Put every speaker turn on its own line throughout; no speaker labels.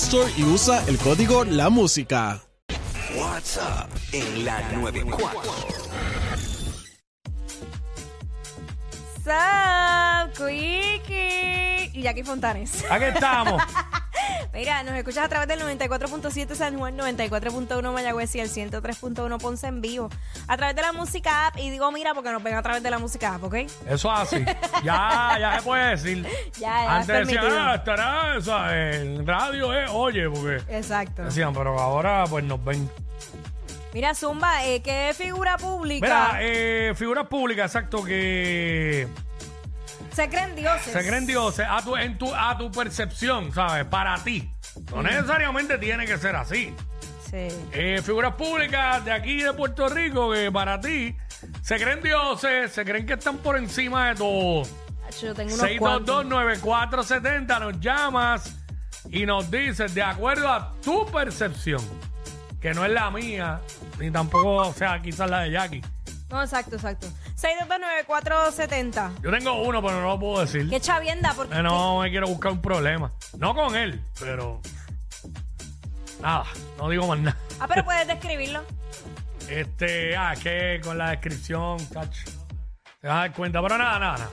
Store y usa el código La Música.
WhatsApp en la 94.
Sup, Quickie y Jackie Fontanes.
Aquí estamos.
Mira, nos escuchas a través del 94.7 San Juan, 94.1 Mayagüez y el 103.1 Ponce en vivo. A través de la música app. Y digo, mira, porque nos ven a través de la música app, ¿ok?
Eso es así. Ya, ya se puede decir.
Ya, ya es
Antes decían,
permitido.
ah, estará o sea, en radio, eh, oye, porque
Exacto.
decían, pero ahora pues nos ven.
Mira, Zumba, eh, ¿qué figura pública
Mira, eh, figuras públicas, exacto, que
se creen dioses?
eh, se creen dioses a tu, en tu, a tu percepción, ¿sabes? Para ti.
Mm.
No necesariamente tiene que ser así.
Sí.
Eh, figuras públicas de aquí de Puerto Rico que para ti se creen dioses, se creen que están por encima de todo.
Yo tengo unos cuantos.
622-9470 nos llamas y nos dices, de acuerdo a tu percepción, que no es la mía, ni tampoco, o sea, quizás la de Jackie.
No, exacto, exacto. 6229470.
Yo tengo uno, pero no lo puedo decir.
Qué chavienda, porque...
Eh, No me quiero buscar un problema. No con él, pero... Nada, no digo más nada.
Ah, pero puedes describirlo.
Este, ah, que con la descripción, cacho. Te vas a dar cuenta, pero nada, nada, nada.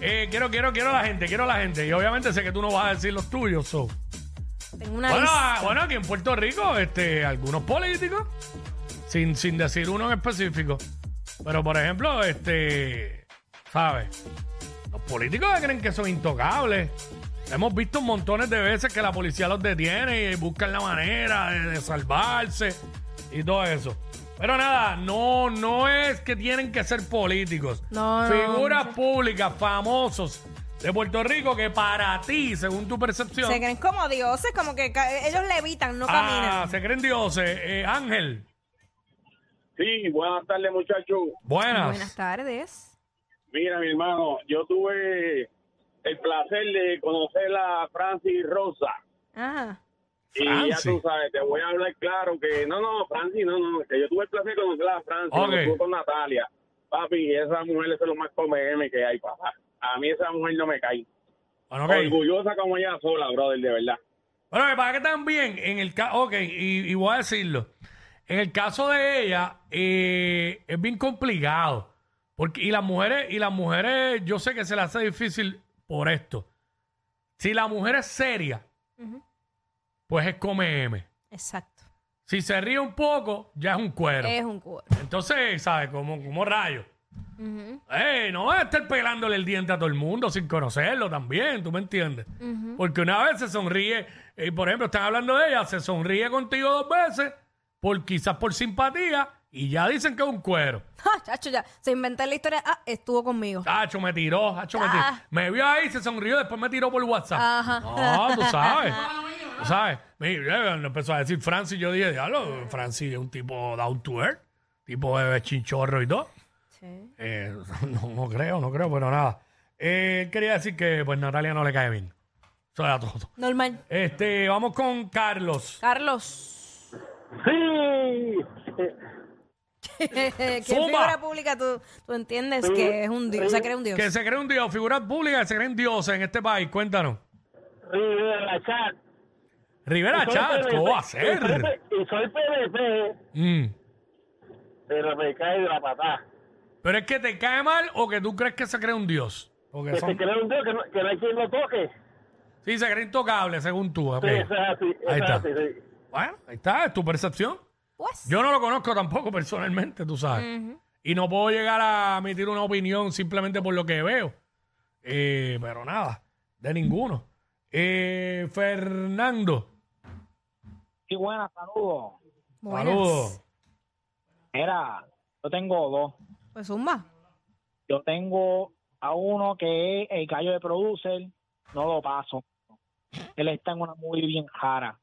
Eh, quiero, quiero, quiero la gente, quiero la gente. Y obviamente sé que tú no vas a decir los tuyos, so.
Tengo una
Bueno,
lista.
ah, bueno, aquí en Puerto Rico, este, algunos políticos, sin, sin decir uno en específico. Pero por ejemplo, este, ¿sabes? Los políticos que creen que son intocables. Hemos visto montones de veces que la policía los detiene y buscan la manera de, de salvarse y todo eso. Pero nada, no, no es que tienen que ser políticos.
No, no,
Figuras públicas, famosos de Puerto Rico que para ti, según tu percepción,
Se creen como dioses, como que ca- ellos levitan, no
Ah,
caminan.
se creen dioses. Eh, Ángel,
Sí, buenas tardes, muchachos.
buenas.
Buenas tardes.
Mira, mi hermano, yo tuve el placer de conocer a Francis Rosa.
Ajá.
Y ya
Francis.
tú sabes, te voy a hablar claro que... No, no, Francis, no, no, que yo tuve el placer de conocer a Francis.
Ok.
cuando estuvo con Natalia. Papi, esa mujer es lo más comeme que hay, papá. A mí esa mujer no me cae.
Bueno, ok.
Orgullosa como ella sola, brother, de verdad.
Bueno, que pasa que también, en el caso, ok, y, y voy a decirlo. En el caso de ella, eh, es bien complicado. Porque, y las mujeres, y las mujeres, yo sé que se les hace difícil por esto. Si la mujer es seria,
Ujú.
pues es come M.
Exacto.
Si se ríe un poco, ya es un cuero.
Es un cuero.
Entonces, ¿sabes? Como, como rayo.
Ujú,
Ey, no vas a estar pelándole el diente a todo el mundo sin conocerlo también, ¿tú me entiendes?
ujú.
Porque una vez se sonríe, eh, por ejemplo, están hablando de ella, se sonríe contigo dos veces, por quizás por simpatía, y ya dicen que es un cuero.
Ja, Ah, chacho, ya. Se inventa la historia. Ah, estuvo conmigo.
Tacho me tiró, tacho me tiró.
Ah.
Me vio ahí, se sonrió, después me tiró por WhatsApp.
Ajá.
No, tú sabes. tú sabes. Me, eh, me empezó a decir Francis, yo dije, diablo, Francis es un tipo down to earth, tipo bebé chinchorro y todo.
Sí.
Eh, no, no creo, no creo, pero nada. Eh, quería decir que pues Natalia no le cae bien. Eso era todo.
Normal.
Este, vamos con Carlos.
Carlos.
Sí.
¿Qué
Zumba.
figura pública tú, tú entiendes que es un dios? Se cree un dios.
Que se cree un dios, figuras públicas que se creen dioses en este país. Cuéntanos.
Rivera Chat.
Rivera Chat, ¿cómo va a ser?
Y soy PNP,
Mm.
pero me cae de la patada.
Pero es que te cae mal o que tú crees que se cree un dios. Porque
Que se
son-
cree un Dios que no, que no hay quien lo toque.
Sí, se cree intocable, según tú. ok.
Sí, eso es así. eso
Ahí
es
está.
así, sí.
Bueno, ahí está, es tu percepción.
Pues.
Yo no lo conozco tampoco personalmente, tú sabes.
Mm.
Y no puedo llegar a emitir una opinión simplemente por lo que veo. Eh, pero nada, de ninguno. Eh, Fernando,
Sí, buenas, saludos.
Buenas.
saludos.
Mira, yo tengo dos.
Pues zumba.
Yo tengo a uno que es el gallo de producer, no lo paso. Él está en una muy bien rara.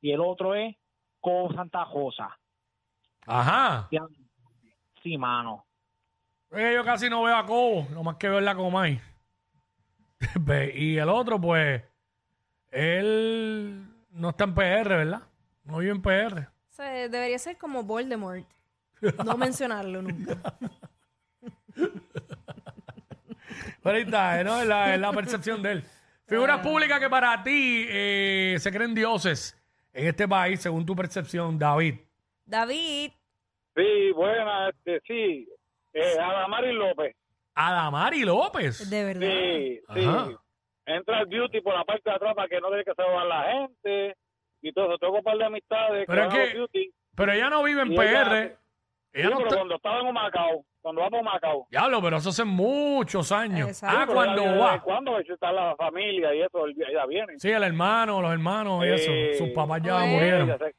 Y el otro es Co Santa Rosa.
Ajá.
Ya- Sí, mano.
Eh, yo casi no veo a Cobo, nomás que veo la Comay. Ve, y el otro, pues, él no está en PR, ¿verdad? No vive en PR.
Se- debería ser como Voldemort. No mencionarlo nunca.
Pero ahí está, ¿no? Es la, es la percepción de él. Figuras públicas que para ti eh, se creen dioses en este país, según tu percepción, David.
David,
Sí, buena, este, sí. Eh, Adamari López.
Adamari López.
de verdad.
Sí,
Ajá.
sí. Entra al beauty por la parte de atrás para que no deje que se vaya la gente. Y todo eso. Tengo un par de amistades
Pero es
van al
que-
beauty.
Pero ella no vive en
Y ella-
PR. Ella,
Sí,
no
pero
está-
cuando estaba en Macao, cuando vamos a Macao.
Diablo, pero eso hace muchos años.
Exacto.
Ah, cuando va.
Cuando está la familia y eso, ella viene.
Sí, el hermano, los hermanos y eso.
Eh,
Sus papás ya
Bueno.
Ella
murieron.
se,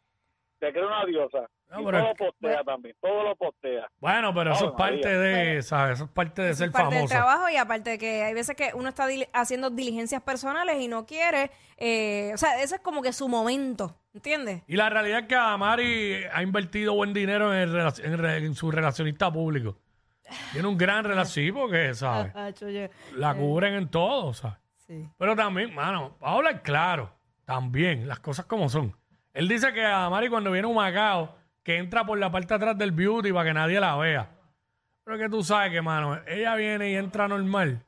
se cree una diosa.
No,
y
pero-
todo lo postea también, todo lo postea.
Bueno, pero eso es
Ave
parte de, ¿sabes? Eso es parte de ser
parte del
famoso.
trabajo y aparte de que hay veces que uno está dili- haciendo diligencias personales y no quiere, eh, o sea, ese es como que su momento, ¿entiendes?
Y la realidad es que Adamari ha invertido buen dinero en, el relac- en re- en su relacionista público. Tiene un gran relación, porque, ¿sabes? La cubren en todo, ¿sabes?
Sí.
Pero también, mano, vamos a hablar claro, también, las cosas como son. Él dice que Adamari cuando viene un macao, que entra por la parte de atrás del beauty para que nadie la vea. Pero que tú sabes que, mano, ella viene y entra normal.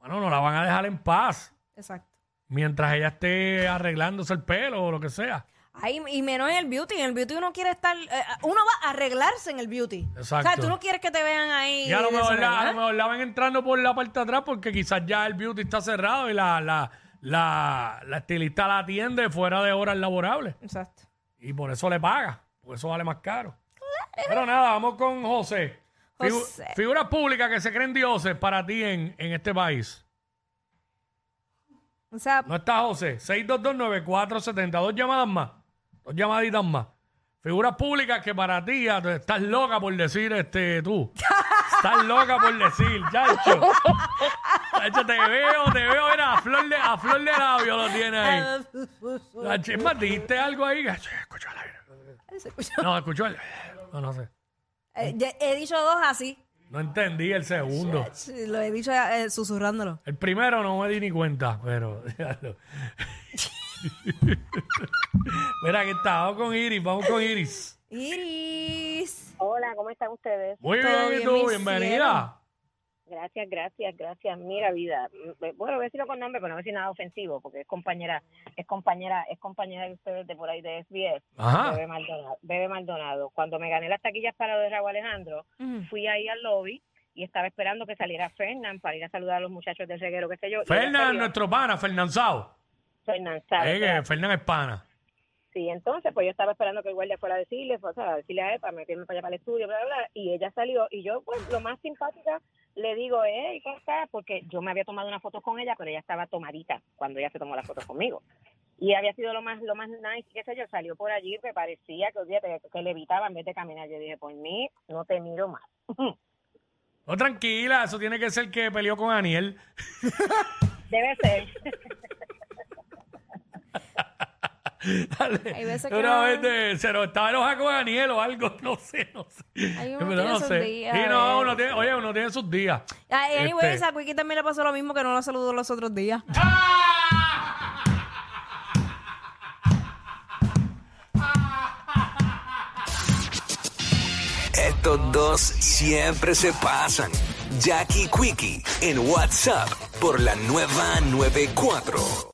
Mano, no la van a dejar en paz
Exacto.
mientras ella esté arreglándose el pelo o lo que sea.
Ay, y menos en el beauty. En el beauty uno quiere estar. eh, uno va a arreglarse en el beauty.
Exacto.
O sea, tú no quieres que te vean ahí.
Y a lo, mejor la, a
desarreglada.
lo mejor la van entrando por la parte de atrás porque quizás ya el beauty está cerrado y la, la, la, la estilista la atiende fuera de horas laborables.
Exacto.
Y por eso le paga, porque eso vale más caro. Pero nada, vamos con José. Figu-
José.
figuras públicas que se creen dioses para ti en, en este país.
O sea,
No está José. 6229470. Dos llamadas más. Dos llamaditas más. Figuras públicas que para ti ya, te- estás loca por decir este tú. Estás loca por decir, chacho. Chacho, te veo, te veo, mira, a flor de, a flor de labio lo tiene ahí. Chacho, es más, dijiste algo ahí. Chacho, Escuchó el aire.
se escucha-
No, escuchó el. No, no sé.
eh, ya he dicho dos así.
No entendí el segundo.
Sí, Lo he dicho eh, susurrándolo.
El primero no me di ni cuenta, pero. déjalo. Mira, aquí está. Vamos con Iris, vamos con Iris.
Iris.
Hola, ¿cómo están ustedes?
Muy
Todo
bien, y
bien,
tú,
mi
bienvenida.
cielo.
Gracias, gracias, gracias. Mira, vida. Mm, Bueno, voy a decirlo con nombre, pero no voy a decir nada ofensivo, porque es compañera, es compañera, es compañera de ustedes de por ahí de SBS,
Ajá.
Bebe, Maldonado, Bebe Maldonado. Cuando me gané las taquillas para lo de Raúl Alejandro,
Ujú.
fui ahí al lobby y estaba esperando que saliera Fernán para ir a saludar a los muchachos del reguero, qué sé yo. y ella
Fernán,
salió.
nuestro pana, Fernán Sao.
Fernán,
Eh,
¿sabes?
que Fernán es pana.
Sí, entonces pues yo estaba esperando que el guardia fuera a decirle, pues, o sea, a decirle a él para meterme para allá para el estudio, bla, bla, bla, y ella salió y yo, pues, lo más simpática, le digo, hey, ¿cómo estás? Porque yo me había tomado una foto con ella, pero ella estaba tomadita cuando ella se tomó la foto conmigo. Y había sido lo más lo más nice, qué sé yo, salió por allí, me parecía que, olvídate, que levitaba en vez de caminar. Yo dije, por mí, no te miro más.
No, tranquila, eso tiene que ser que peleó con Aniel.
Debe ser.
Dale.
Hay veces que
Una
no-
vez de- se lo estaba enojado con Aniel o algo, no sé, no sé.
Ay, uno
Pero
tiene
no
sus
sé.
días,
Sí,
a
no,
ver.
uno tiene, oye, uno tiene sus días.
Ah, anyways,
Este-
a Quickie también le pasó lo mismo que no lo saludó los otros días.
Estos dos siempre se pasan. Jackie Quickie en WhatsApp por la nueva 94.